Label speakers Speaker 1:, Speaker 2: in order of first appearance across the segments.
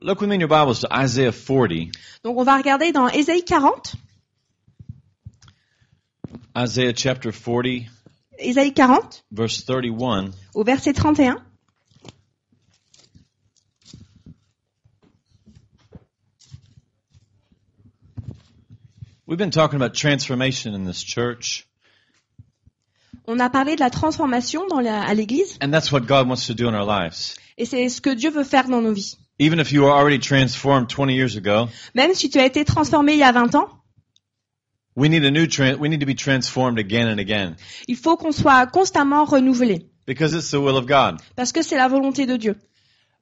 Speaker 1: Look with me in your Bibles to Isaiah 40,
Speaker 2: Donc on va regarder dans Ésaïe 40,
Speaker 1: Isaiah chapter 40,
Speaker 2: Ésaïe 40
Speaker 1: verse 31.
Speaker 2: au verset 31.
Speaker 1: We've been talking about transformation in this church,
Speaker 2: On a parlé de la transformation dans la- à l'église
Speaker 1: and that's what God wants to do in our lives.
Speaker 2: et c'est ce que Dieu veut faire dans nos vies.
Speaker 1: Even if you were already transformed 20 years ago,
Speaker 2: Même si tu as été transformé il y a 20 ans,
Speaker 1: we need a new tran we need to be transformed again and again
Speaker 2: il faut qu'on soit constamment renouvelé
Speaker 1: because it's the will of God.
Speaker 2: parce que c'est la volonté de Dieu.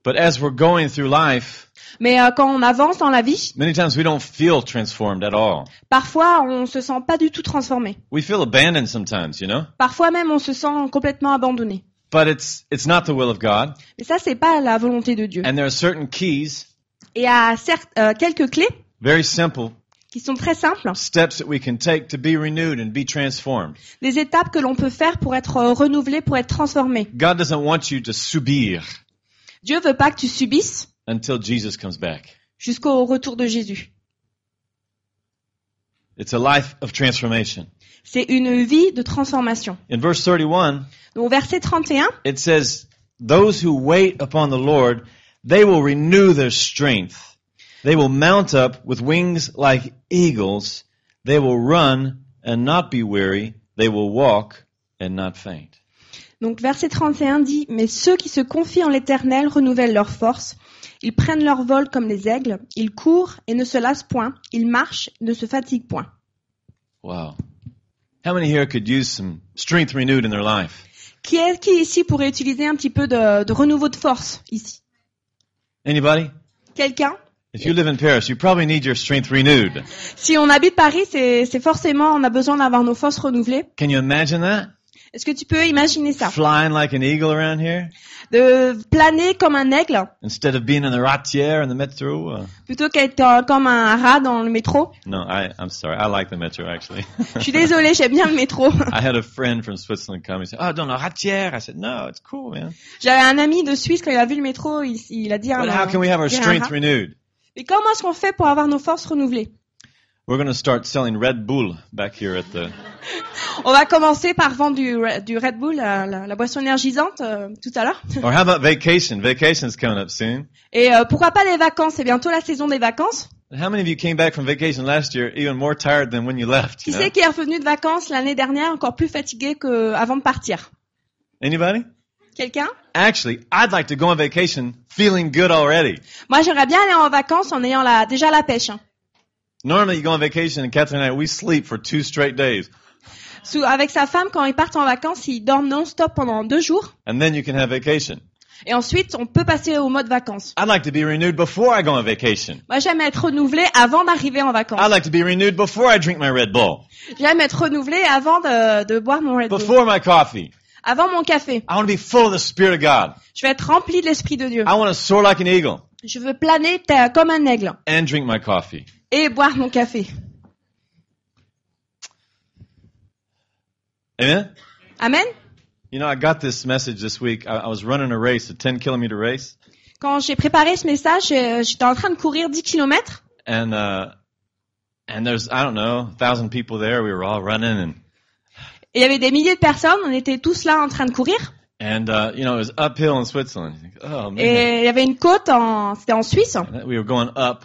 Speaker 1: But as we're going through life,
Speaker 2: Mais euh, quand on avance dans la vie,
Speaker 1: many times we don't feel transformed at all.
Speaker 2: parfois on se sent pas du tout transformé.
Speaker 1: We feel abandoned sometimes, you know?
Speaker 2: Parfois même on se sent complètement abandonné.
Speaker 1: But it's it's not the will of God,
Speaker 2: Mais ça c'est pas la volonté de Dieu.
Speaker 1: and there are certain keys,
Speaker 2: Et il y a certes, euh, quelques clés
Speaker 1: very simple
Speaker 2: qui sont très simples,
Speaker 1: steps that we can take to be renewed and be transformed.
Speaker 2: des étapes que l'on peut faire pour être euh, renouvelé, pour être transformé.
Speaker 1: God doesn't want you to subir
Speaker 2: Dieu veut pas que tu subisses
Speaker 1: until Jesus comes back.
Speaker 2: jusqu'au retour de Jésus.
Speaker 1: It's a life of transformation.
Speaker 2: C'est une vie de transformation.
Speaker 1: In verse 31,
Speaker 2: Donc verset 31,
Speaker 1: it says, Those who wait upon the Lord, they will renew their strength. They will mount up with wings like eagles. They will run and not be weary. They will walk and not faint.
Speaker 2: donc verset 31 dit "Mais ceux qui se confient en l'Éternel renouvellent leur force, ils prennent leur vol comme les aigles, ils courent et ne se lassent point, ils marchent et ne se fatiguent point."
Speaker 1: Wow. How many here could use some strength renewed in their life?
Speaker 2: Qui est qui ici pourrait utiliser un petit peu de, de renouveau de force ici
Speaker 1: Anybody?
Speaker 2: Quelqu'un
Speaker 1: If you live in Paris, you probably need your strength renewed.
Speaker 2: Si on habite Paris, c'est c'est forcément on a besoin d'avoir nos forces renouvelées.
Speaker 1: Can you imagine that?
Speaker 2: Est-ce que tu peux imaginer ça
Speaker 1: Flying like an eagle around here
Speaker 2: De planer comme un aigle
Speaker 1: instead of being in the ratière in the metro? uh,
Speaker 2: plutôt qu'être euh, comme un rat dans le métro.
Speaker 1: no, I, I'm sorry. I like the metro actually.
Speaker 2: Je suis désolée, j'aime bien le métro.
Speaker 1: I had a friend from Switzerland come. He said, "Oh, dans la ratière." I said, "No, it's cool, man.
Speaker 2: J'avais un ami de Suisse quand il a vu le métro, il, il a dit.
Speaker 1: But
Speaker 2: un-
Speaker 1: how can we have our
Speaker 2: Yeah,
Speaker 1: strength
Speaker 2: uh-huh.
Speaker 1: renewed?
Speaker 2: Mais comment est-ce qu'on fait pour avoir nos forces renouvelées
Speaker 1: We're going to start selling Red Bull back here at the.
Speaker 2: On va commencer par vendre du, Re- du Red Bull, la, la- la boisson énergisante, euh, tout à l'heure.
Speaker 1: Or how about vacation? Vacation's coming up soon.
Speaker 2: Et euh, pourquoi pas les vacances C'est bientôt la saison des vacances.
Speaker 1: How many of you came back from vacation last year even more tired than when you left?
Speaker 2: Qui
Speaker 1: You know?
Speaker 2: c'est qui est revenu de vacances l'année dernière encore plus fatigué qu'avant de partir
Speaker 1: Anybody?
Speaker 2: Quelqu'un
Speaker 1: Actually, I'd like to go on vacation feeling good already.
Speaker 2: Moi, j'aimerais bien aller en vacances en ayant la, déjà la pêche. hein.
Speaker 1: Normally, you go on vacation, and Catherine and I, we sleep for two straight days,
Speaker 2: Sous- avec sa femme, quand ils partent en vacances, ils dorment non-stop pendant deux jours.
Speaker 1: and then you can have vacation.
Speaker 2: Et ensuite, on peut passer au mode vacances.
Speaker 1: I'd like to be renewed before I go on vacation.
Speaker 2: Moi, j'aime être renouvelé avant d'arriver en vacances.
Speaker 1: I'd like to be renewed before I drink my Red Bull,
Speaker 2: J'aime être renouvelé avant de, de boire mon Red Bull.
Speaker 1: before my coffee.
Speaker 2: Avant mon café.
Speaker 1: I want to be full of the Spirit of God.
Speaker 2: Je vais être rempli de l'Esprit de Dieu.
Speaker 1: I want to soar like an eagle
Speaker 2: Je veux planer ta- comme un aigle
Speaker 1: and drink my coffee.
Speaker 2: et boire mon café.
Speaker 1: Amen?
Speaker 2: Amen.
Speaker 1: You know, I got this message this week. I, I was running a race, a 10 kilometer race,
Speaker 2: Quand j'ai préparé ce message, euh, j'étais en train de courir 10 kilomètres.
Speaker 1: and, uh, and there's, I don't know, a thousand people there. We were all running and,
Speaker 2: Et il y avait des milliers de personnes. On était tous là en train de courir.
Speaker 1: and, uh, you know, it was uphill in Switzerland. You think, Oh man.
Speaker 2: Et il y avait une côte en, c'était en Suisse.
Speaker 1: And We were going up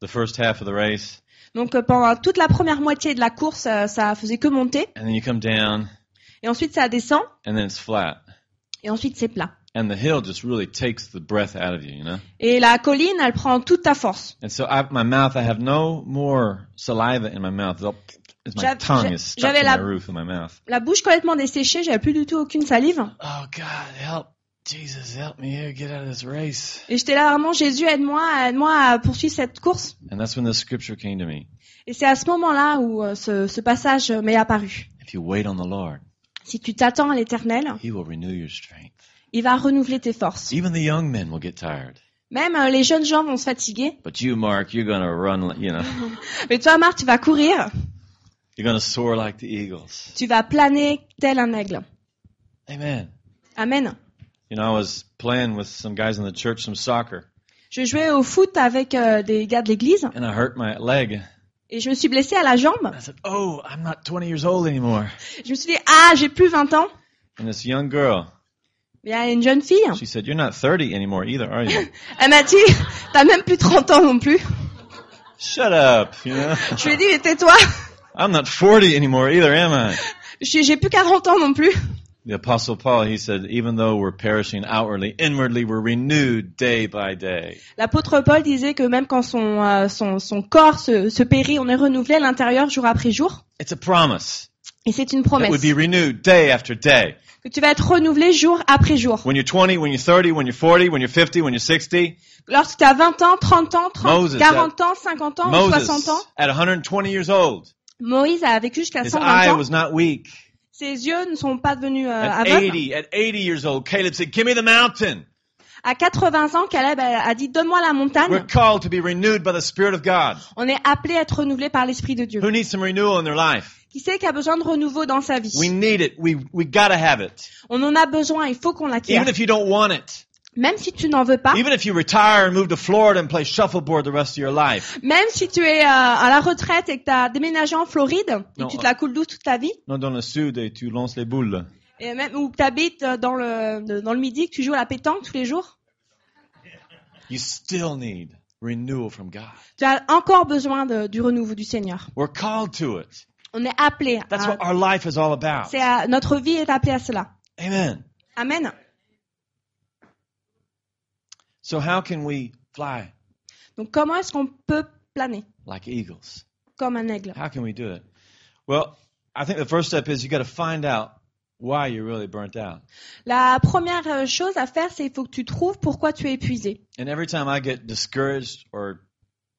Speaker 1: the first half of the race,
Speaker 2: Donc euh, pendant toute la première moitié de la course, euh, ça faisait que monter.
Speaker 1: and then you come down,
Speaker 2: Et ensuite, ça descend.
Speaker 1: and then it's flat.
Speaker 2: Et ensuite, c'est plat.
Speaker 1: And the hill just really takes the breath out of you, you know?
Speaker 2: Et la colline, elle prend toute ta force.
Speaker 1: And so I, my mouth, I have no more saliva in my mouth. It's all- it's my
Speaker 2: J'av-
Speaker 1: tongue
Speaker 2: j'a-
Speaker 1: is stuck
Speaker 2: j'avais
Speaker 1: to
Speaker 2: la-
Speaker 1: my roof of my mouth.
Speaker 2: La bouche complètement desséchée, j'avais plus du tout aucune salive.
Speaker 1: Oh God, help. Jesus, help me here. Get out of this race.
Speaker 2: Et j'étais là vraiment, Jésus, aide-moi, aide-moi à poursuivre cette course.
Speaker 1: And that's when the scripture came to me.
Speaker 2: Et c'est à ce moment-là où euh, ce, ce passage euh, m'est apparu.
Speaker 1: If you wait on the Lord,
Speaker 2: Si tu t'attends à l'éternel,
Speaker 1: He will renew your strength.
Speaker 2: il va renouveler tes forces.
Speaker 1: Even the young men will get tired.
Speaker 2: Même euh, les jeunes gens vont se fatiguer.
Speaker 1: But you, Mark, you're going to run, li- you know,
Speaker 2: Mais toi, Marc, tu vas courir.
Speaker 1: you're going to soar like the eagles.
Speaker 2: Tu vas planer tel un aigle.
Speaker 1: Amen.
Speaker 2: Amen.
Speaker 1: You know, I was playing with some guys in the church some soccer,
Speaker 2: Je jouais au foot avec euh, des gars de l'église
Speaker 1: and I hurt my leg.
Speaker 2: et je me suis blessée à la jambe.
Speaker 1: I said, "Oh, I'm not 20 years old anymore."
Speaker 2: Je me suis dit, ah, j'ai plus 20 ans.
Speaker 1: And this young girl,
Speaker 2: Il y a une jeune fille.
Speaker 1: she said, "You're not 30 anymore either, are you?"
Speaker 2: Elle m'a dit, t'as même plus 30 ans non plus.
Speaker 1: Shut up, you know.
Speaker 2: Je lui ai dit, mais tais-toi.
Speaker 1: I'm not 40 anymore either, am I?
Speaker 2: J'ai j'ai plus 40 ans non plus.
Speaker 1: The apostle Paul, he said, even though we're perishing outwardly, inwardly we're renewed day by day.
Speaker 2: L'apôtre Paul disait que même quand son, euh, son, son corps se, se périt, on est renouvelé à l'intérieur jour après jour.
Speaker 1: It's a promise.
Speaker 2: Et c'est une
Speaker 1: It
Speaker 2: promesse.
Speaker 1: would be renewed day after day.
Speaker 2: Que tu vas être renouvelé jour après jour.
Speaker 1: When you're 20, when you're 30, when you're 40, when you're 50, when you're 60,
Speaker 2: Lorsque tu as 20 ans, 30 ans, 30,
Speaker 1: Moses, uh,
Speaker 2: 40 ans, 50 ans, ou 60
Speaker 1: Moses
Speaker 2: ans,
Speaker 1: at 120 years old,
Speaker 2: Moïse a vécu jusqu'à
Speaker 1: his
Speaker 2: 120
Speaker 1: eye
Speaker 2: ans.
Speaker 1: was not weak.
Speaker 2: Ses yeux ne sont pas devenus euh,
Speaker 1: At
Speaker 2: aveugles.
Speaker 1: 80, at 80 years old, Caleb said, "Give me the mountain."
Speaker 2: À 80 ans, Caleb a a dit Donne-moi la
Speaker 1: We're
Speaker 2: montagne.
Speaker 1: called to be renewed by the Spirit of God.
Speaker 2: On est appelé à être renouvelé par l'Esprit de Dieu.
Speaker 1: Who needs some renewal in their life?
Speaker 2: Qui sait qui a besoin de renouveau dans sa
Speaker 1: We
Speaker 2: vie
Speaker 1: need it. We we gotta have it.
Speaker 2: On en a besoin, il faut qu'on l'acquiert.
Speaker 1: Even if you don't want it.
Speaker 2: Même si tu n'en veux pas,
Speaker 1: Even if you retire and move to Florida and play shuffleboard the rest of your life.
Speaker 2: même si tu es euh, à la retraite et que tu as déménagé en Floride, et
Speaker 1: Non,
Speaker 2: que tu te
Speaker 1: euh,
Speaker 2: la coules douce toute ta vie,
Speaker 1: Non, dans le sud, et tu lances les boules.
Speaker 2: et même où tu habites euh, dans le, de- dans le midi, que tu joues à la pétanque tous les jours,
Speaker 1: You still need renewal from God.
Speaker 2: tu as encore besoin de- du renouveau du Seigneur.
Speaker 1: We're called to it.
Speaker 2: On est appelé. à-
Speaker 1: That's what our life is all about.
Speaker 2: c'est à- notre vie est appelée à cela.
Speaker 1: Amen.
Speaker 2: Amen.
Speaker 1: So how can we fly
Speaker 2: Donc comment est-ce qu'on peut planer
Speaker 1: like eagles?
Speaker 2: comme un aigle
Speaker 1: How can we do it? Well, I think the first step is you got to find out why you're really burnt out.
Speaker 2: La première euh, chose à faire, c'est il faut que tu trouves pourquoi tu es épuisé.
Speaker 1: And every time I get discouraged or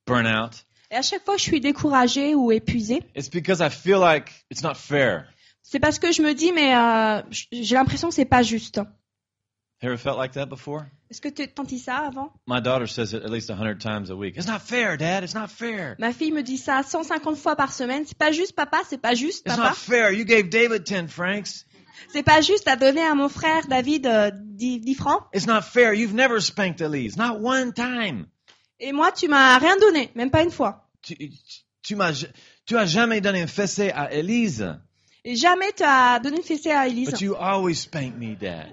Speaker 1: burnt out,
Speaker 2: Et à chaque fois que je suis découragée ou épuisée,
Speaker 1: it's because I feel like it's not fair.
Speaker 2: c'est parce que je me dis mais euh, j- j'ai l'impression que c'est pas juste.
Speaker 1: Have you ever felt like that before?
Speaker 2: Est-ce que tu tenté ça avant
Speaker 1: My daughter says it at least 100 times a week. It's not fair, Dad. It's not fair.
Speaker 2: Ma fille me dit ça 150 fois par semaine. C'est pas juste, papa. C'est pas juste,
Speaker 1: It's
Speaker 2: papa.
Speaker 1: not fair. You gave David 10 francs.
Speaker 2: C'est pas juste à donner à mon frère David euh, 10, 10 francs.
Speaker 1: It's not fair. You've never spanked Elise. Not one time.
Speaker 2: Et moi, tu m'as rien donné, même pas une fois.
Speaker 1: Tu, tu, m'as, tu as jamais donné une fessée à Elise.
Speaker 2: Et jamais tu as donné une fessée à Elise.
Speaker 1: But you always spank me, Dad.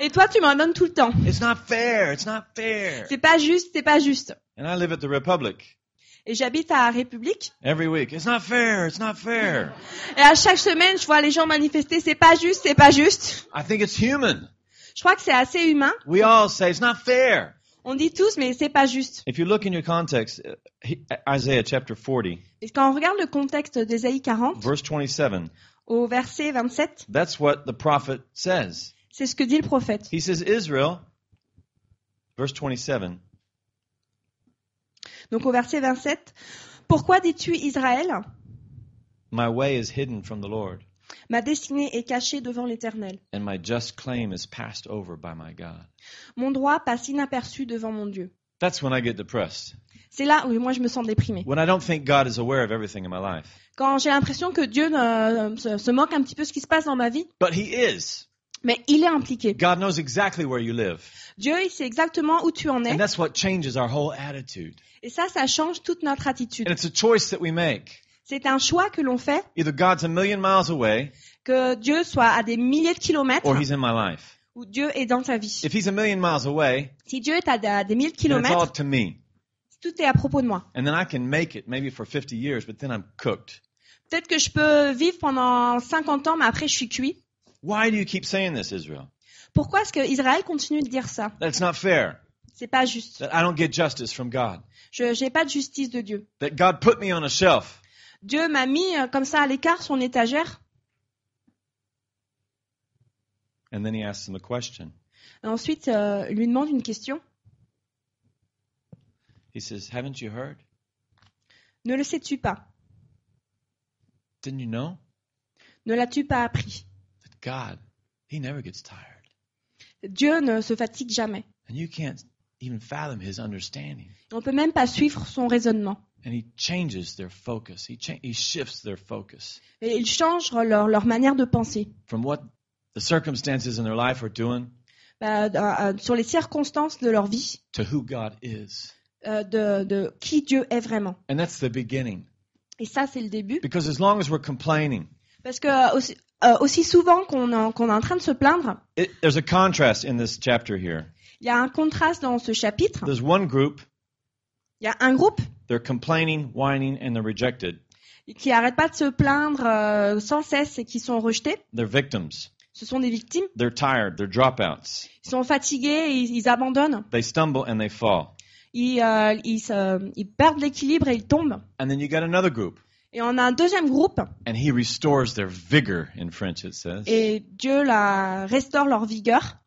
Speaker 2: Et toi, tu m'en donnes tout le temps.
Speaker 1: It's not fair. It's not fair.
Speaker 2: C'est pas juste, c'est pas juste.
Speaker 1: And I live at the Republic
Speaker 2: Et j'habite à République.
Speaker 1: every week. It's not fair. It's not fair.
Speaker 2: Et à chaque semaine, je vois les gens manifester. C'est pas juste, c'est pas juste.
Speaker 1: I think it's human.
Speaker 2: Je crois que c'est assez humain.
Speaker 1: We all say it's not fair.
Speaker 2: On dit tous, mais c'est pas juste.
Speaker 1: If you look in your context, uh, he- Isaiah chapter 40,
Speaker 2: Et quand on regarde le contexte d'Ésaïe 40
Speaker 1: verse 27,
Speaker 2: au verset 27,
Speaker 1: that's what the prophet says.
Speaker 2: c'est ce que dit le prophète.
Speaker 1: He says, Israel, verse 27,
Speaker 2: Donc au verset 27, pourquoi dis-tu Israël
Speaker 1: my way is hidden from the Lord,
Speaker 2: Ma destinée est cachée devant l'Éternel.
Speaker 1: and my just claim is passed over by my God.
Speaker 2: Mon droit passe inaperçu devant mon Dieu.
Speaker 1: That's when I get depressed.
Speaker 2: C'est là où moi je me sens déprimée.
Speaker 1: When I don't think God is aware of everything in my life.
Speaker 2: Quand j'ai l'impression que Dieu euh, se, se moque un petit peu de ce qui se passe dans ma vie,
Speaker 1: But He is.
Speaker 2: mais il est impliqué.
Speaker 1: God knows exactly where you live.
Speaker 2: Dieu, il sait exactement où tu en es.
Speaker 1: And that's what changes our whole attitude.
Speaker 2: Et ça, ça change toute notre attitude.
Speaker 1: And it's a choice that we make.
Speaker 2: C'est un choix que l'on fait,
Speaker 1: Either God's a million miles away,
Speaker 2: que Dieu soit à des milliers de kilomètres
Speaker 1: or He's in my life.
Speaker 2: ou Dieu est dans ta vie.
Speaker 1: If He's a million miles away,
Speaker 2: Si Dieu est à des- à des milliers de
Speaker 1: then it's all
Speaker 2: kilomètres,
Speaker 1: up to me.
Speaker 2: tout est à propos de moi.
Speaker 1: And then I can make it maybe for 50 years, but then I'm cooked.
Speaker 2: Peut-être que je peux vivre pendant 50 ans, mais après je suis cuit.
Speaker 1: Why do you keep saying this, Israel?
Speaker 2: Pourquoi est-ce que Israël continue de dire ça
Speaker 1: That's not fair.
Speaker 2: C'est pas juste.
Speaker 1: That I don't get justice from God.
Speaker 2: Je n'ai pas de justice de Dieu.
Speaker 1: That God put me on a shelf.
Speaker 2: Dieu m'a mis euh, comme ça à l'écart son étagère.
Speaker 1: And then he asks him a question.
Speaker 2: Et ensuite, euh, il lui demande une question.
Speaker 1: He says, Haven't you heard?
Speaker 2: Ne le sais-tu pas
Speaker 1: Didn't you know
Speaker 2: Ne l'as-tu pas appris
Speaker 1: that God, he never gets tired?
Speaker 2: Dieu ne se fatigue jamais.
Speaker 1: And you can't even fathom his understanding.
Speaker 2: On ne peut même pas suivre son raisonnement.
Speaker 1: And he changes their focus. He, cha- he shifts their focus
Speaker 2: Et ils changent leur, leur manière de penser.
Speaker 1: from what the circumstances in their life are doing
Speaker 2: bah, euh, euh, sur les circonstances de leur vie,
Speaker 1: to who God is.
Speaker 2: euh, de, de qui Dieu est vraiment.
Speaker 1: And that's the beginning.
Speaker 2: Et ça, c'est le début.
Speaker 1: Because as long as we're complaining,
Speaker 2: Parce que euh, aussi, euh, aussi souvent qu'on en- qu'on est en train de se plaindre,
Speaker 1: it, there's a contrast in this chapter here.
Speaker 2: il y a un contraste dans ce chapitre.
Speaker 1: There's one group,
Speaker 2: Il y a un groupe
Speaker 1: they're complaining, whining, and they're rejected.
Speaker 2: qui n'arrête pas de se plaindre euh, sans cesse et qui sont rejetés.
Speaker 1: They're victims.
Speaker 2: Ce sont des victimes.
Speaker 1: They're tired. They're dropouts.
Speaker 2: Ils sont fatigués, et ils, ils abandonnent.
Speaker 1: They stumble and they fall.
Speaker 2: Ils, euh, ils, se- ils perdent l'équilibre et ils tombent.
Speaker 1: And then you got another group,
Speaker 2: Et on a un deuxième groupe
Speaker 1: and he restores their vigor, in French it says.
Speaker 2: et Dieu la restaure leur vigueur.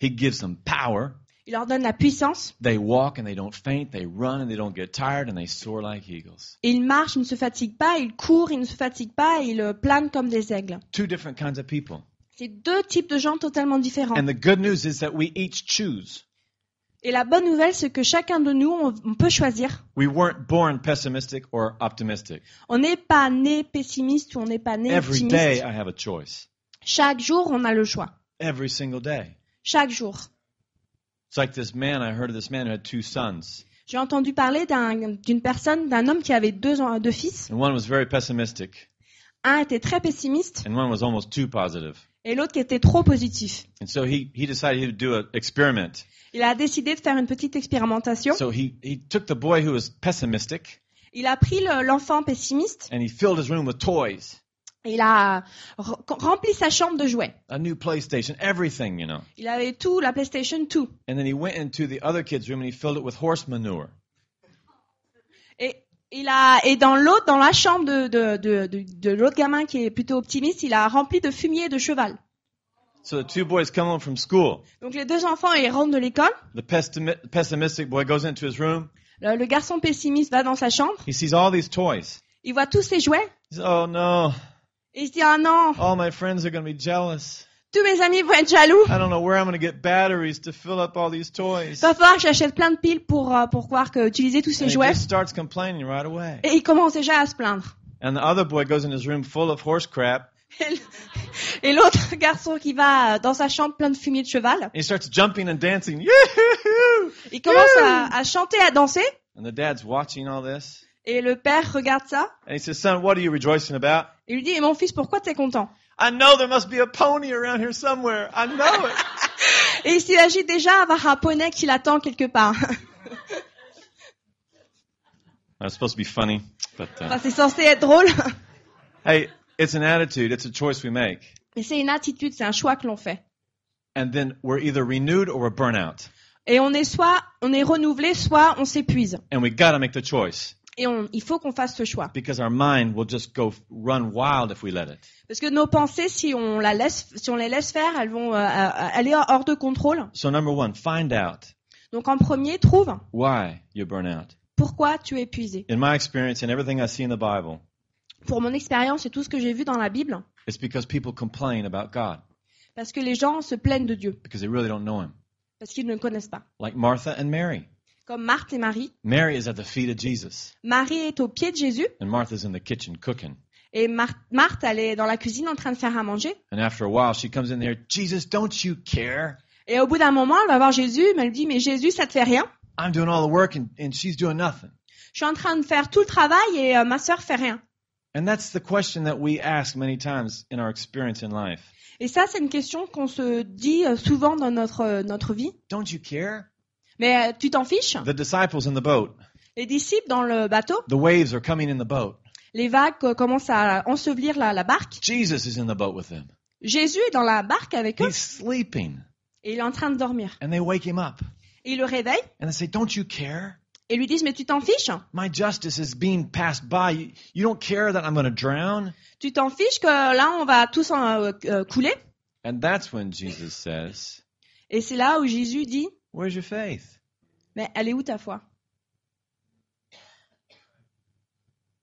Speaker 1: He gives them power.
Speaker 2: Il leur donne la puissance.
Speaker 1: They walk and they don't faint. They run and they don't get tired, and they soar like eagles.
Speaker 2: Et ils marchent, ils ne se fatiguent pas, ils courent, ils ne se fatiguent pas, et ils euh, planent comme des aigles.
Speaker 1: Two different kinds of people.
Speaker 2: C'est deux types de gens totalement différents.
Speaker 1: And the good news is that we each choose.
Speaker 2: Et la bonne nouvelle, c'est que chacun de nous, on, on peut choisir.
Speaker 1: We weren't born pessimistic or optimistic.
Speaker 2: On n'est pas né pessimiste ou on n'est pas né
Speaker 1: Every
Speaker 2: optimiste.
Speaker 1: day I have a choice.
Speaker 2: Chaque jour, on a le choix.
Speaker 1: Every single day.
Speaker 2: Chaque jour.
Speaker 1: It's like this man, I heard of this man who had two sons.
Speaker 2: J'ai entendu parler d'un- d'une personne, d'un homme qui avait deux, en- deux fils.
Speaker 1: And one was very pessimistic,
Speaker 2: Un était très pessimiste
Speaker 1: and one was almost too positive.
Speaker 2: et l'autre qui était trop positif.
Speaker 1: And so he, he decided he would do an experiment.
Speaker 2: Il a décidé de faire une petite expérimentation.
Speaker 1: So he, he took the boy who was pessimistic
Speaker 2: Il a pris le- l'enfant pessimiste
Speaker 1: and he filled his room with toys,
Speaker 2: et il a re- rempli sa chambre de jouets.
Speaker 1: a new PlayStation, everything, you know.
Speaker 2: Il avait tout, la PlayStation, tout.
Speaker 1: And then he went into the other kid's room and he filled it with horse manure.
Speaker 2: Et, il a, et dans l'autre, dans la chambre de, de, de, de, de l'autre gamin qui est plutôt optimiste, il a rempli de fumier et de cheval.
Speaker 1: So the two boys come home from school.
Speaker 2: Donc les deux enfants, ils rentrent de l'école.
Speaker 1: The pessimi- pessimistic boy goes into his room.
Speaker 2: Le, le garçon pessimiste va dans sa chambre.
Speaker 1: He sees all these toys.
Speaker 2: Il voit tous ses jouets.
Speaker 1: He says, Oh no,
Speaker 2: Et il se dit, ah non,
Speaker 1: all my friends are going to be jealous.
Speaker 2: tous mes amis vont être jaloux.
Speaker 1: I don't know where I'm going to get batteries to fill up all these toys.
Speaker 2: Il va falloir que j'achète plein de piles pour, euh, pour pouvoir que- utiliser tous ces
Speaker 1: And he
Speaker 2: jouets.
Speaker 1: just starts complaining right away.
Speaker 2: Et il commence déjà à se plaindre.
Speaker 1: And the other boy goes in his room full of horse crap.
Speaker 2: Et l- Et l'autre garçon qui va euh, dans sa chambre plein de fumier de cheval,
Speaker 1: And he starts jumping and dancing. Yoo-hoo-hoo!
Speaker 2: il commence à, à chanter, à danser.
Speaker 1: And the dad's watching all this.
Speaker 2: Et le père regarde ça.
Speaker 1: And he says, Son, what are you rejoicing about?
Speaker 2: Et lui dit, et mon fils, pourquoi t'es content
Speaker 1: I know there must be a pony around here somewhere. I know it.
Speaker 2: Et il s'agit déjà à avoir un poney qui l'attend quelque part.
Speaker 1: That's supposed to be funny. But uh,
Speaker 2: Enfin, c'est censé être drôle.
Speaker 1: hey, it's an attitude, it's a choice we make.
Speaker 2: Mais c'est une attitude, c'est un choix que l'on fait.
Speaker 1: And then we're either renewed or we're burnt out.
Speaker 2: Et on est soit, on est renouvelé, soit on s'épuise.
Speaker 1: And we got to make the choice
Speaker 2: Et on, il faut qu'on fasse ce choix.
Speaker 1: because our mind will just go f- run wild if we let it.
Speaker 2: Parce que nos pensées, si on, la laisse, si on les laisse faire, elles vont euh, euh, aller hors de contrôle.
Speaker 1: So, number one, find out
Speaker 2: Donc en premier, trouve
Speaker 1: why you burn out.
Speaker 2: pourquoi tu es épuisé.
Speaker 1: In my experience and everything I see in the Bible,
Speaker 2: Pour mon expérience et tout ce que j'ai vu dans la Bible,
Speaker 1: it's because people complain about God
Speaker 2: parce que les gens se plaignent de Dieu,
Speaker 1: because they really don't know Him.
Speaker 2: parce qu'ils ne le connaissent pas.
Speaker 1: Like Martha and Mary.
Speaker 2: Comme Marthe et Marie.
Speaker 1: Mary is at the feet of Jesus,
Speaker 2: Marie est au pied de Jésus
Speaker 1: and Martha's in the kitchen cooking.
Speaker 2: et Mar- Marthe, elle est dans la cuisine en train de faire à manger.
Speaker 1: And after a while, she comes in there, Jesus, don't you care?
Speaker 2: Et au bout d'un moment, elle va voir Jésus, mais elle lui dit, mais Jésus, ça te fait rien
Speaker 1: I'm doing all the work and, and she's doing nothing.
Speaker 2: Je suis en train de faire tout le travail et euh, ma sœur fait rien.
Speaker 1: And that's the question that we ask many times in our experience in life.
Speaker 2: Et ça, c'est une question qu'on se dit euh, souvent dans notre, euh, notre vie.
Speaker 1: Don't you care?
Speaker 2: Mais euh, tu t'en fiches
Speaker 1: The disciples in the boat,
Speaker 2: Les disciples dans le bateau,
Speaker 1: the waves are coming in the boat.
Speaker 2: les vagues euh, commencent à ensevelir la, la barque.
Speaker 1: Jesus is in the boat with them.
Speaker 2: Jésus est dans la barque avec eux
Speaker 1: He's sleeping.
Speaker 2: et il est en train de dormir.
Speaker 1: And they wake him up
Speaker 2: Et il le réveille
Speaker 1: and they say, Don't you care?
Speaker 2: et lui disent mais tu t'en fiches
Speaker 1: My justice is being passed by. You, you don't care that I'm going to drown?
Speaker 2: Tu t'en fiches que là on va tous en, euh, euh, couler
Speaker 1: And that's when Jesus says,
Speaker 2: Et c'est là où Jésus dit
Speaker 1: Where's your faith?
Speaker 2: mais elle est où ta foi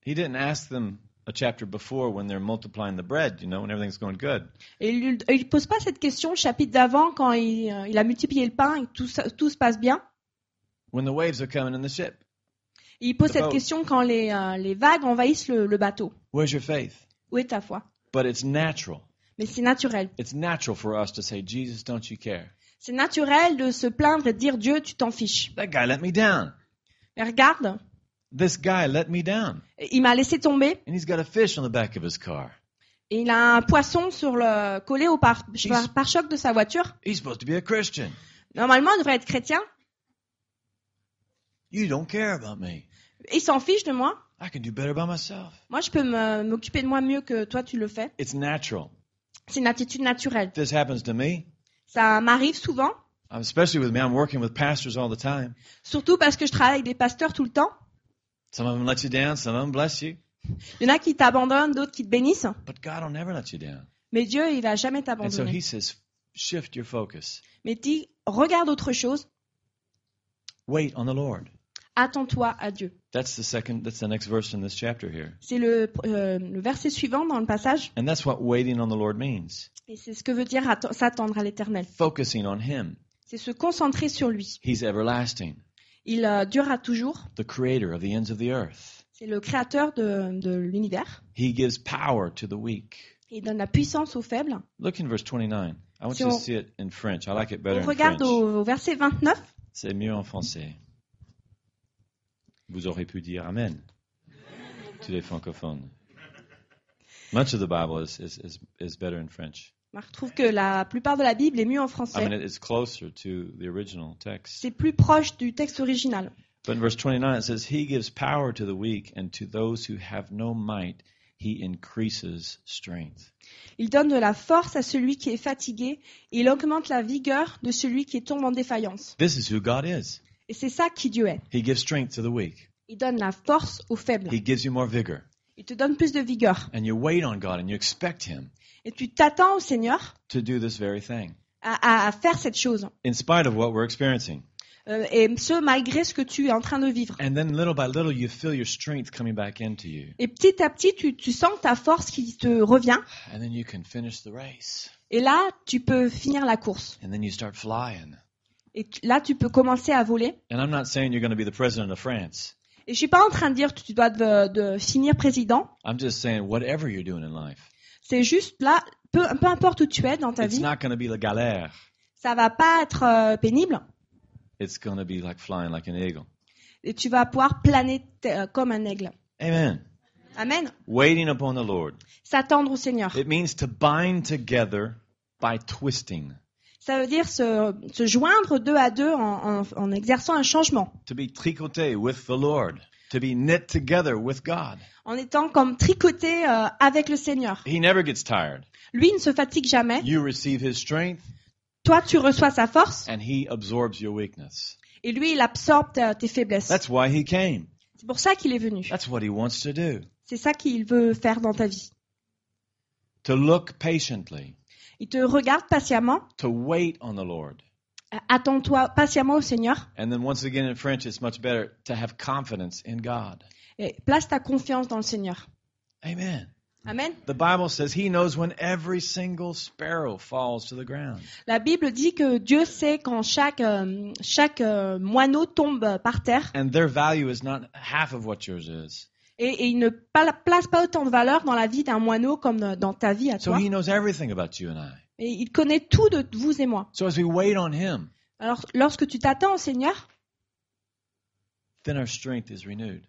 Speaker 1: He didn't ask them a chapter before when they're multiplying the bread, you know, when everything's going good.
Speaker 2: Et il ne pose pas cette question le chapitre d'avant quand il, euh, il a multiplié le pain et que tout, ça- tout se passe bien.
Speaker 1: When the waves are coming in the ship,
Speaker 2: Il pose
Speaker 1: The
Speaker 2: cette
Speaker 1: boat.
Speaker 2: question quand les, euh, les vagues envahissent le, le bateau.
Speaker 1: where's your faith?
Speaker 2: Où est ta foi
Speaker 1: But it's natural.
Speaker 2: Mais c'est naturel.
Speaker 1: It's natural for us to say, Jesus, don't you care?
Speaker 2: C'est naturel de se plaindre et de dire Dieu, tu t'en fiches.
Speaker 1: That guy let me down.
Speaker 2: Mais regarde,
Speaker 1: This guy let me down.
Speaker 2: il m'a laissé tomber
Speaker 1: And he's got a fish on the back of his car.
Speaker 2: et il a un poisson sur le collé au pare-
Speaker 1: Ils-
Speaker 2: pare-choc de sa voiture.
Speaker 1: He's supposed to be a Christian.
Speaker 2: Normalement, il devrait être chrétien.
Speaker 1: You don't care about me.
Speaker 2: Il s'en fiche de moi.
Speaker 1: I can do better by myself.
Speaker 2: Moi, je peux me- m'occuper de moi mieux que toi, tu le fais.
Speaker 1: It's natural.
Speaker 2: C'est une attitude naturelle.
Speaker 1: If this happens to me,
Speaker 2: Ça m'arrive souvent,
Speaker 1: I'm- especially with me, I'm working with pastors all the time.
Speaker 2: surtout parce que je travaille avec des pasteurs tout le temps.
Speaker 1: Some of them let you down, some of them bless you.
Speaker 2: Il y en a qui t'abandonnent, d'autres qui te bénissent.
Speaker 1: But God will never let you down.
Speaker 2: Mais Dieu, il va jamais
Speaker 1: And so
Speaker 2: t'abandonner.
Speaker 1: He says, shift your focus.
Speaker 2: Mais dis, regarde autre chose,
Speaker 1: Wait on the Lord.
Speaker 2: attends-toi à Dieu.
Speaker 1: That's the second. That's the next verse in this chapter here,
Speaker 2: C'est le, euh, le verset suivant dans le passage,
Speaker 1: and that's what waiting on the Lord means:
Speaker 2: et c'est ce que veut dire atten- s'attendre à l'éternel.
Speaker 1: focusing on Him.
Speaker 2: C'est se concentrer sur lui.
Speaker 1: He's everlasting,
Speaker 2: Il euh, durera toujours.
Speaker 1: the Creator of the ends of the earth.
Speaker 2: C'est le créateur de, de l'univers.
Speaker 1: He gives power to the weak.
Speaker 2: Il donne la puissance aux faibles.
Speaker 1: Look in verse 29. I want
Speaker 2: Si
Speaker 1: you to
Speaker 2: on-
Speaker 1: see it in French. I like it better
Speaker 2: On
Speaker 1: in
Speaker 2: regarde
Speaker 1: Bah, French.
Speaker 2: au, au verset 29.
Speaker 1: C'est mieux en français. Vous aurez pu dire Amen. Tous les francophones. Much of the Bible is, is, is, is better in French.
Speaker 2: On retrouve Bah, que la plupart de la Bible est mieux en
Speaker 1: I mean,
Speaker 2: français.
Speaker 1: it's closer to the original text.
Speaker 2: C'est plus proche du texte original.
Speaker 1: But in verse 29, it says, He gives power to the weak, and to those who have no might, He increases strength.
Speaker 2: Il donne de la force à celui qui est fatigué et il augmente la vigueur de celui qui tombe en défaillance.
Speaker 1: This is who God is.
Speaker 2: Et c'est ça qui Dieu est.
Speaker 1: He gives strength to the weak,
Speaker 2: Il donne la force aux faibles.
Speaker 1: He gives you more vigor.
Speaker 2: Il te donne plus de vigueur.
Speaker 1: And you wait on God and you expect Him
Speaker 2: Et tu t'attends au Seigneur
Speaker 1: to do this very thing,
Speaker 2: à, à- à faire cette chose.
Speaker 1: in spite of what we're experiencing.
Speaker 2: Euh, et ce, malgré ce que tu es en train de vivre.
Speaker 1: And then little by little, you feel your strength coming back into you.
Speaker 2: Et petit à petit, tu, tu sens ta force qui te revient.
Speaker 1: And then you can finish the race.
Speaker 2: Et là, tu peux finir la course.
Speaker 1: And then you start flying.
Speaker 2: Et tu- là, tu peux commencer à voler.
Speaker 1: And I'm not saying you're going to be the president of France.
Speaker 2: Et je suis pas en train de dire que tu dois de, de finir président.
Speaker 1: I'm just saying, whatever you're doing in life,
Speaker 2: C'est juste là, peu, peu importe où tu es dans ta
Speaker 1: it's
Speaker 2: vie,
Speaker 1: not going to be la galère.
Speaker 2: ça va pas être euh, pénible.
Speaker 1: it's going to be like flying like an eagle.
Speaker 2: Et tu vas pouvoir planer t- euh, comme un aigle.
Speaker 1: Amen.
Speaker 2: Amen.
Speaker 1: Waiting upon the Lord.
Speaker 2: S'attendre au Seigneur.
Speaker 1: It means to bind together by twisting,
Speaker 2: Ça veut dire se, se joindre deux à deux en, en- en exerçant un changement,
Speaker 1: to be tricoté with the Lord, to be knit together with God.
Speaker 2: en étant comme tricoté euh, avec le Seigneur.
Speaker 1: He never gets tired.
Speaker 2: Lui il ne se fatigue jamais.
Speaker 1: You receive his strength
Speaker 2: Toi, tu reçois sa force
Speaker 1: and he absorbs your weakness.
Speaker 2: et lui, il absorbe ta- tes faiblesses.
Speaker 1: That's why he came.
Speaker 2: C'est pour ça qu'il est venu.
Speaker 1: That's what he wants to do.
Speaker 2: C'est ça qu'il veut faire dans ta vie.
Speaker 1: To look patiently,
Speaker 2: Il te regarde patiemment.
Speaker 1: to wait on the Lord.
Speaker 2: Euh, Attends-toi patiemment au Seigneur
Speaker 1: And then once again in French it's much better to have confidence in God.
Speaker 2: et place ta confiance dans le Seigneur.
Speaker 1: Amen.
Speaker 2: Amen.
Speaker 1: The Bible says he knows when every single sparrow falls to the ground.
Speaker 2: La Bible dit que Dieu sait quand chaque, euh, chaque euh, moineau tombe par terre
Speaker 1: And their value is not half of what yours is.
Speaker 2: et, et il ne pla- place pas autant de valeur dans la vie d'un moineau comme euh, dans ta vie à
Speaker 1: So
Speaker 2: toi.
Speaker 1: he knows everything about you and I.
Speaker 2: Et il connaît tout de vous et moi.
Speaker 1: So as we wait on him,
Speaker 2: Alors lorsque tu t'attends au Seigneur,
Speaker 1: then our strength is renewed.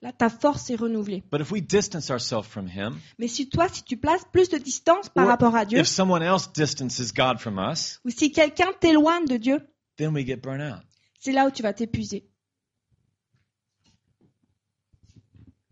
Speaker 2: là ta force est renouvelée.
Speaker 1: But if we distance ourselves from him,
Speaker 2: Mais si toi, si tu places plus de distance par
Speaker 1: Ou-
Speaker 2: rapport à Dieu,
Speaker 1: if someone else distances God from us,
Speaker 2: ou si quelqu'un t'éloigne de Dieu,
Speaker 1: then we get burnt out.
Speaker 2: c'est là où tu vas t'épuiser.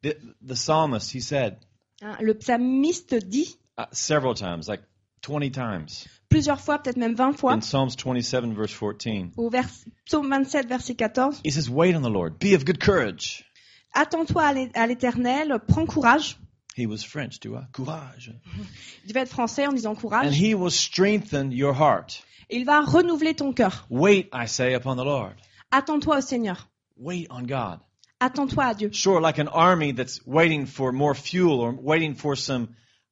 Speaker 1: The, the psalmist, he said
Speaker 2: Hein, le psalmiste dit
Speaker 1: uh, several times, like 20 times,
Speaker 2: plusieurs fois, peut-être même 20 fois,
Speaker 1: in Psalms 27, verse 14,
Speaker 2: au vers, psaume 27, verset 14,
Speaker 1: he says, Wait on the Lord, be of good courage.
Speaker 2: Attends-toi à l'é- à l'éternel, prends courage.
Speaker 1: He was French, tu vois? Courage.
Speaker 2: Il devait être français en disant
Speaker 1: And
Speaker 2: courage.
Speaker 1: he will strengthen your heart.
Speaker 2: Et il va renouveler ton cœur.
Speaker 1: Wait, I say, upon the Lord.
Speaker 2: Attends-toi au Seigneur.
Speaker 1: Wait on God.
Speaker 2: Attends-toi à Dieu.
Speaker 1: Sure, like an army that's waiting for more fuel or waiting for some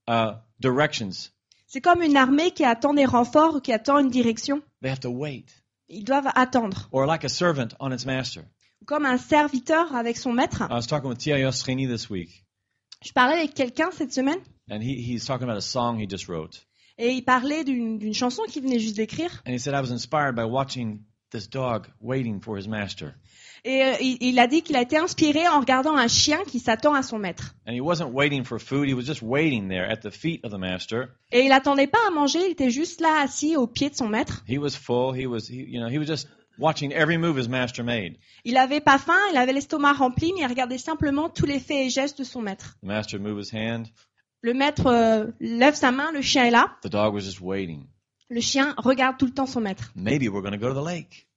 Speaker 1: uh, directions,
Speaker 2: C'est comme une armée qui attend des renforts ou qui attend une direction.
Speaker 1: they have to wait.
Speaker 2: Ils doivent attendre.
Speaker 1: Or like a servant on its master.
Speaker 2: Comme un serviteur avec son maître.
Speaker 1: I was talking with Thierry Ostrini this week,
Speaker 2: Je parlais avec quelqu'un cette semaine
Speaker 1: and he, he's talking about a song he just wrote.
Speaker 2: Et il parlait d'une d'une chanson qu'il venait juste d'écrire.
Speaker 1: And he said, I was inspired by watching this dog waiting for his master.
Speaker 2: Et euh, il, il a dit qu'il a été inspiré en regardant un chien qui s'attend à son maître.
Speaker 1: And he wasn't waiting for food, he was just waiting there at the feet of the master.
Speaker 2: Et il attendait pas à manger, il était juste là assis au pied de son maître.
Speaker 1: He was full, he was, he, you know, he was just watching every move his master made.
Speaker 2: Il avait pas faim, il avait l'estomac rempli, mais il regardait simplement tous les faits et gestes de son maître.
Speaker 1: The master moved his hand,
Speaker 2: Le maître euh, lève sa main, le chien est là.
Speaker 1: the dog was just waiting.
Speaker 2: Le chien regarde tout le temps son maître.
Speaker 1: Maybe we're going to go to the lake.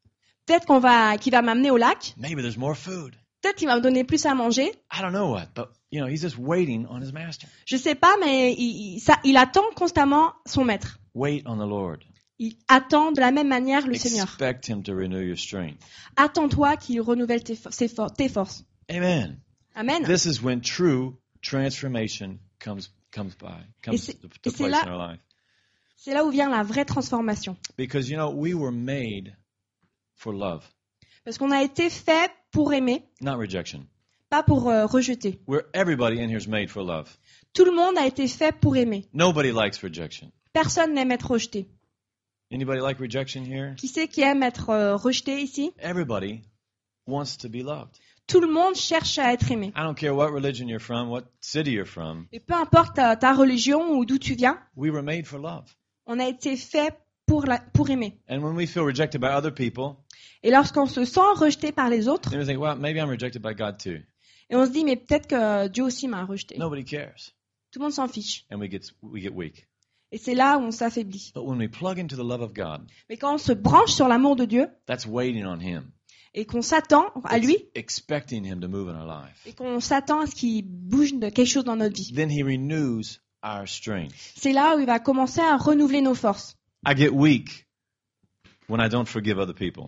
Speaker 2: Peut-être qu'on va, qu'il va m'amener au lac.
Speaker 1: Maybe there's more food.
Speaker 2: Peut-être qu'il va me donner plus à manger.
Speaker 1: I don't know what, but you know, he's just waiting on his master.
Speaker 2: Je sais pas, mais il, il- ça- il attend constamment son maître.
Speaker 1: Wait on the Lord.
Speaker 2: Il attend de la même manière le Seigneur.
Speaker 1: Expect him to renew your strength.
Speaker 2: Attends-toi qu'il renouvelle tes, fo- ses for- tes forces.
Speaker 1: Amen.
Speaker 2: Amen.
Speaker 1: This is when true transformation comes comes by comes
Speaker 2: c'est-
Speaker 1: to, to
Speaker 2: et c'est
Speaker 1: place
Speaker 2: là-
Speaker 1: in our life.
Speaker 2: C'est là où vient la vraie transformation.
Speaker 1: Because you know, we were made for love,
Speaker 2: Parce qu'on a été fait pour aimer,
Speaker 1: not rejection.
Speaker 2: pas pour euh, rejeter.
Speaker 1: We're everybody in here is made for love.
Speaker 2: Tout le monde a été fait pour aimer.
Speaker 1: Nobody likes rejection.
Speaker 2: Personne n'aime être rejeté.
Speaker 1: Anybody like rejection here?
Speaker 2: Qui c'est qui aime être euh, rejeté ici
Speaker 1: Everybody wants to be loved.
Speaker 2: Tout le monde cherche à être aimé.
Speaker 1: I don't care what religion you're from, what city you're from.
Speaker 2: Et peu importe ta, ta religion ou d'où tu viens,
Speaker 1: We were made for love.
Speaker 2: on a été fait pour, la- pour aimer.
Speaker 1: And when we feel rejected by other people,
Speaker 2: Et lorsqu'on se sent rejeté par les autres,
Speaker 1: then we think, well, maybe I'm rejected by God too.
Speaker 2: et on se dit, mais peut-être que Dieu aussi m'a rejeté.
Speaker 1: Nobody cares.
Speaker 2: Tout le monde s'en fiche.
Speaker 1: And we get we get weak.
Speaker 2: Et c'est là où on s'affaiblit.
Speaker 1: But when we plug into the love of God,
Speaker 2: Mais quand on se branche sur l'amour de Dieu
Speaker 1: that's waiting on him.
Speaker 2: et qu'on s'attend à lui,
Speaker 1: It's expecting him to move in our life.
Speaker 2: et qu'on s'attend à ce qu'il bouge de quelque chose dans notre vie,
Speaker 1: Then he renews our strength.
Speaker 2: c'est là où il va commencer à renouveler nos forces.
Speaker 1: I get weak when I don't forgive other people.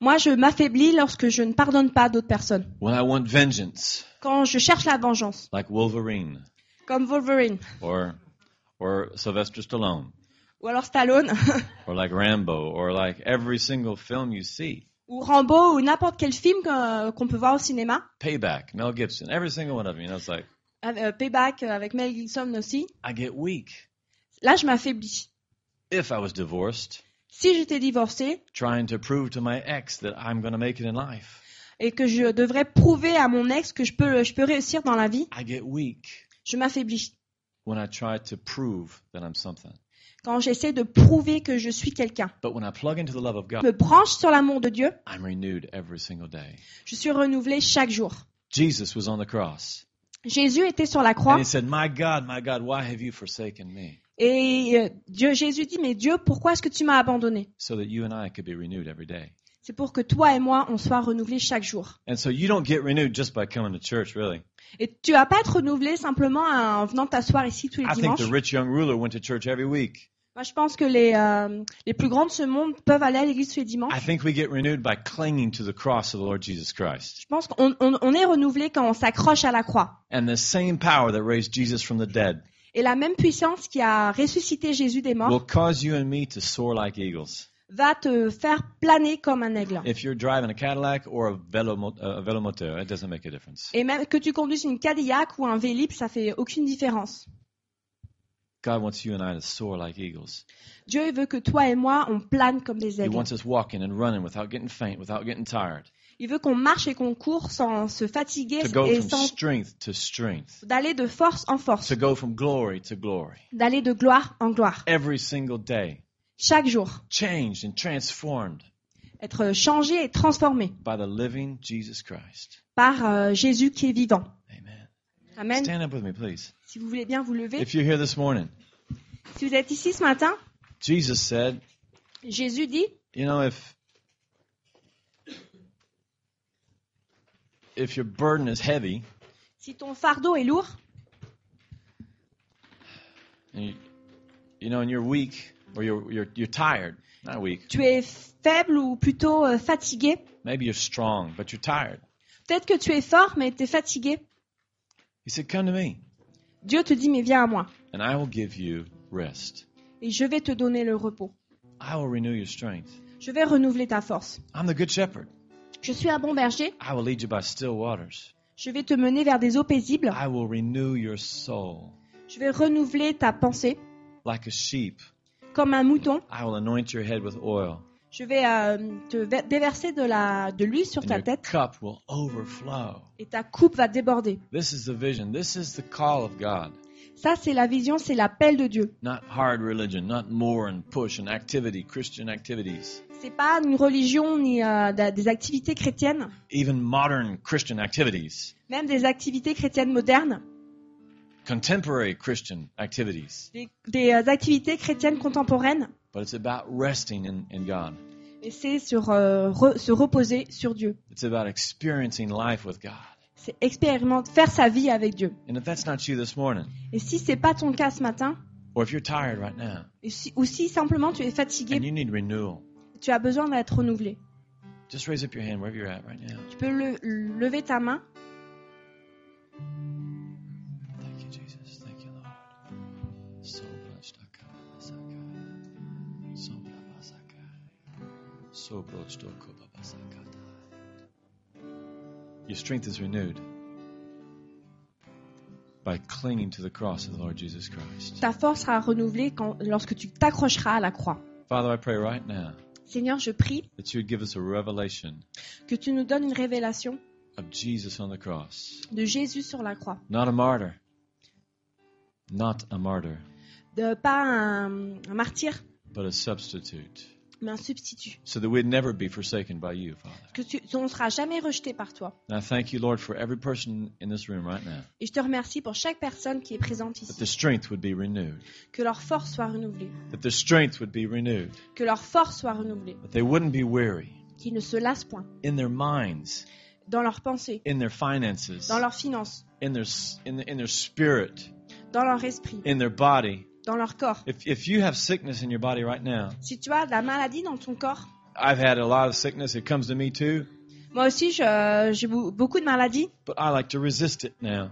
Speaker 2: Moi, je m'affaiblis lorsque je ne pardonne pas d'autres personnes.
Speaker 1: When I want vengeance,
Speaker 2: Quand je cherche la vengeance,
Speaker 1: like Wolverine
Speaker 2: comme Wolverine,
Speaker 1: or or Sylvester Stallone
Speaker 2: ou alors Stallone,
Speaker 1: or like Rambo or like every single film you see.
Speaker 2: ou Rambo, ou n'importe quel film que- qu'on peut voir au cinéma,
Speaker 1: Payback, Mel Gibson, every single one of them. You know, it's like
Speaker 2: euh, Payback euh, avec Mel Gibson aussi,
Speaker 1: I get weak.
Speaker 2: là, je m'affaiblis.
Speaker 1: If I was divorced,
Speaker 2: Si j'étais divorcée
Speaker 1: trying to prove to my ex that I'm going to make it in life,
Speaker 2: et que je devrais prouver à mon ex que je peux, je peux réussir dans la vie,
Speaker 1: I get weak
Speaker 2: je m'affaiblis.
Speaker 1: when I try to prove that I'm something.
Speaker 2: Quand j'essaie de prouver que je suis quelqu'un,
Speaker 1: But when I plug into the love of
Speaker 2: je
Speaker 1: God,
Speaker 2: me branche sur l'amour de Dieu,
Speaker 1: I'm renewed every single day.
Speaker 2: je suis renouvelée chaque jour.
Speaker 1: Jesus was on the cross.
Speaker 2: Jésus était sur la croix
Speaker 1: And he said, My God, my God, why have you forsaken me?
Speaker 2: et euh, Dieu, Jésus dit, mais Dieu, pourquoi est-ce que tu m'as abandonné
Speaker 1: So that you and I could be renewed every day.
Speaker 2: C'est pour que toi et moi, on soit renouvelés chaque jour.
Speaker 1: And so you don't get renewed just by coming to church, really.
Speaker 2: Et tu vas pas être renouvelé simplement en venant t'asseoir ici tous les
Speaker 1: I think
Speaker 2: dimanches.
Speaker 1: the rich young ruler went to church every week.
Speaker 2: Moi, je pense que les, euh, les plus grands de ce monde peuvent aller à l'église tous
Speaker 1: I
Speaker 2: les dimanches.
Speaker 1: think we get renewed by clinging to the cross of the Lord Jesus Christ.
Speaker 2: Je pense qu'on on- on est renouvelé quand on s'accroche à la croix.
Speaker 1: And the same power that raised Jesus from the dead
Speaker 2: Et la même puissance qui a ressuscité Jésus des
Speaker 1: will
Speaker 2: morts
Speaker 1: cause you and me to soar like eagles.
Speaker 2: va te faire planer comme un aigle.
Speaker 1: If you're driving a Cadillac or a velomo- uh, a velomotor, it doesn't make a difference.
Speaker 2: Et même que tu conduises une Cadillac ou un Vélib, ça fait aucune différence.
Speaker 1: God wants you and I to soar like eagles.
Speaker 2: Dieu il veut que toi et moi, on plane comme des
Speaker 1: He
Speaker 2: aigles.
Speaker 1: wants us walking and running without getting faint, without getting tired,
Speaker 2: Il veut qu'on marche et qu'on court sans se fatiguer
Speaker 1: to go
Speaker 2: et
Speaker 1: from
Speaker 2: sans
Speaker 1: strength to strength,
Speaker 2: d'aller de force en force,
Speaker 1: to go from glory to glory.
Speaker 2: d'aller de gloire en gloire,
Speaker 1: Every single day,
Speaker 2: chaque jour,
Speaker 1: changed and transformed
Speaker 2: être changé et transformé
Speaker 1: by the living Jesus Christ.
Speaker 2: par euh, Jésus qui est vivant.
Speaker 1: Amen.
Speaker 2: Amen.
Speaker 1: Stand up with me, please.
Speaker 2: Si vous voulez bien vous lever.
Speaker 1: If you're here this morning,
Speaker 2: Si vous êtes ici ce matin,
Speaker 1: Jesus said,
Speaker 2: Jésus dit,
Speaker 1: you know, if if your burden is heavy
Speaker 2: si ton fardeau est lourd
Speaker 1: and you, you know, and you're weak or you're you're you're tired, not weak.
Speaker 2: tu es faible ou plutôt euh, fatigué.
Speaker 1: Maybe you're strong, but you're tired.
Speaker 2: Peut-être que tu es fort, mais tu es fatigué.
Speaker 1: He said, Come to me,
Speaker 2: Dieu te dit, mais viens à moi,
Speaker 1: and I will give you rest.
Speaker 2: et je vais te donner le repos.
Speaker 1: I will renew your strength.
Speaker 2: Je vais renouveler ta force.
Speaker 1: I'm the good shepherd.
Speaker 2: Je suis un bon berger,
Speaker 1: I will lead you by still waters.
Speaker 2: je vais te
Speaker 1: Ah.
Speaker 2: mener vers des eaux paisibles,
Speaker 1: I will renew your soul.
Speaker 2: je vais renouveler ta pensée.
Speaker 1: like a sheep.
Speaker 2: Comme un mouton,
Speaker 1: I will anoint your head with oil,
Speaker 2: je vais euh, te ver- déverser de la de l'huile sur
Speaker 1: and
Speaker 2: ta
Speaker 1: your
Speaker 2: tête
Speaker 1: cup will overflow.
Speaker 2: et ta coupe va déborder.
Speaker 1: This is the vision. This is the call of God.
Speaker 2: Ça, c'est la vision, c'est l'appel de Dieu.
Speaker 1: Not hard religion, not more and push and activity, Christian activities,
Speaker 2: C'est pas une religion ni euh, da- des activités chrétiennes,
Speaker 1: even modern Christian activities,
Speaker 2: même des activités chrétiennes modernes,
Speaker 1: contemporary Christian activities.
Speaker 2: des, des, euh, activités chrétiennes contemporaines.
Speaker 1: But it's about resting in, in God.
Speaker 2: Et c'est sur euh, re- se reposer sur Dieu.
Speaker 1: It's about experiencing life with God.
Speaker 2: C'est expérimenter, faire sa vie avec Dieu.
Speaker 1: And if that's not you this morning,
Speaker 2: Et si c'est pas ton cas ce matin,
Speaker 1: or if you're tired right now
Speaker 2: et si- ou si simplement tu es
Speaker 1: and
Speaker 2: fatigué,
Speaker 1: you need renewal,
Speaker 2: tu as besoin d'être renouvelé.
Speaker 1: just raise up your hand wherever you're at right now.
Speaker 2: Tu peux le- lever ta main.
Speaker 1: Thank you, Jesus. Thank you, Lord. So much, Daka, Masaka. So much, Masaka. So oh, much, Doko, Babasaka. Your strength is renewed by clinging to the cross of the Lord Jesus Christ.
Speaker 2: Ta force sera renouvelée quand, lorsque tu t'accrocheras à la croix.
Speaker 1: Father, I pray right now
Speaker 2: Seigneur, je prie
Speaker 1: that you would give us a revelation
Speaker 2: que tu nous donnes une révélation
Speaker 1: of Jesus on the cross.
Speaker 2: de Jésus sur la croix.
Speaker 1: Not a martyr. Not a martyr,
Speaker 2: De, pas un, un martyr,
Speaker 1: but a substitute.
Speaker 2: mais un substitut.
Speaker 1: So that we'd never be forsaken by you, Father.
Speaker 2: Que tu, on ne sera jamais rejeté par toi.
Speaker 1: And I thank you, Lord, for every person in this room right now,
Speaker 2: Et je te remercie pour chaque personne qui est présente
Speaker 1: that their
Speaker 2: ici.
Speaker 1: strength would be renewed,
Speaker 2: Que leur force soit renouvelée.
Speaker 1: that their strength would be renewed,
Speaker 2: Que leur force soit renouvelée.
Speaker 1: that they wouldn't be weary
Speaker 2: Qu'ils ne se lassent point.
Speaker 1: in their minds,
Speaker 2: Dans leurs pensées,
Speaker 1: in their finances,
Speaker 2: dans leurs finances,
Speaker 1: in their s- in, in their spirit,
Speaker 2: dans leur esprit,
Speaker 1: in their body.
Speaker 2: dans leur corps.
Speaker 1: If if you have sickness in your body right now,
Speaker 2: Si tu as de la maladie dans ton corps,
Speaker 1: I've had a lot of sickness. It comes to me too,
Speaker 2: moi aussi je- j'ai beau- beaucoup de maladies,
Speaker 1: but I like to resist it now,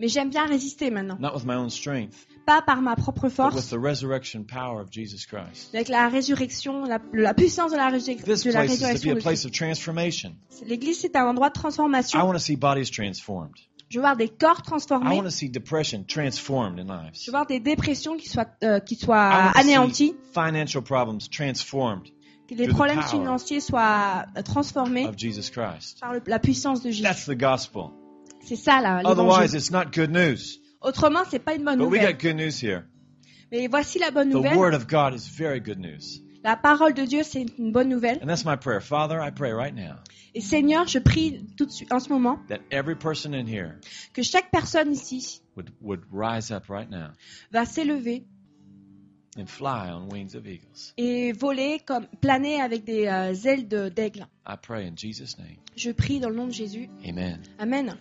Speaker 2: mais j'aime bien résister maintenant.
Speaker 1: not with my own strength,
Speaker 2: Pas par ma propre
Speaker 1: but with
Speaker 2: force,
Speaker 1: the resurrection power of Jesus Christ.
Speaker 2: avec la résurrection, la, la puissance de la, résur-
Speaker 1: This
Speaker 2: de la
Speaker 1: place is to be
Speaker 2: résurrection.
Speaker 1: a
Speaker 2: de
Speaker 1: place
Speaker 2: Christ.
Speaker 1: of transformation.
Speaker 2: L'Église, c'est un endroit de
Speaker 1: I
Speaker 2: transformation.
Speaker 1: want to see bodies transformed.
Speaker 2: Je veux voir des corps
Speaker 1: I
Speaker 2: transformés.
Speaker 1: want to see depression transformed in
Speaker 2: Je
Speaker 1: lives.
Speaker 2: veux voir des dépressions qui soient, euh, qui soient
Speaker 1: I want to see
Speaker 2: anéanties,
Speaker 1: Financial problems transformed
Speaker 2: que les
Speaker 1: through the
Speaker 2: problèmes
Speaker 1: power
Speaker 2: financiers soient euh, transformés
Speaker 1: of Jesus Christ.
Speaker 2: par le- la puissance de Jésus.
Speaker 1: That's the gospel.
Speaker 2: C'est ça, là,
Speaker 1: Otherwise,
Speaker 2: l'évangile.
Speaker 1: it's not good news.
Speaker 2: Autrement, c'est pas une bonne
Speaker 1: But we
Speaker 2: nouvelle.
Speaker 1: got good news here.
Speaker 2: Mais voici la bonne
Speaker 1: The
Speaker 2: nouvelle.
Speaker 1: Word of God is very good news.
Speaker 2: La parole de Dieu, c'est une bonne nouvelle.
Speaker 1: And that's my prayer. Father, I pray right now
Speaker 2: Et Seigneur, je prie tout de suite, en ce moment,
Speaker 1: that every person in here
Speaker 2: que chaque personne ici
Speaker 1: would, would rise up right now
Speaker 2: va s'élever
Speaker 1: and fly on wings of eagles.
Speaker 2: et voler comme planer avec des euh, ailes de- d'aigle.
Speaker 1: I pray in Jesus' name.
Speaker 2: Je prie dans le nom de Jésus.
Speaker 1: Amen.
Speaker 2: Amen.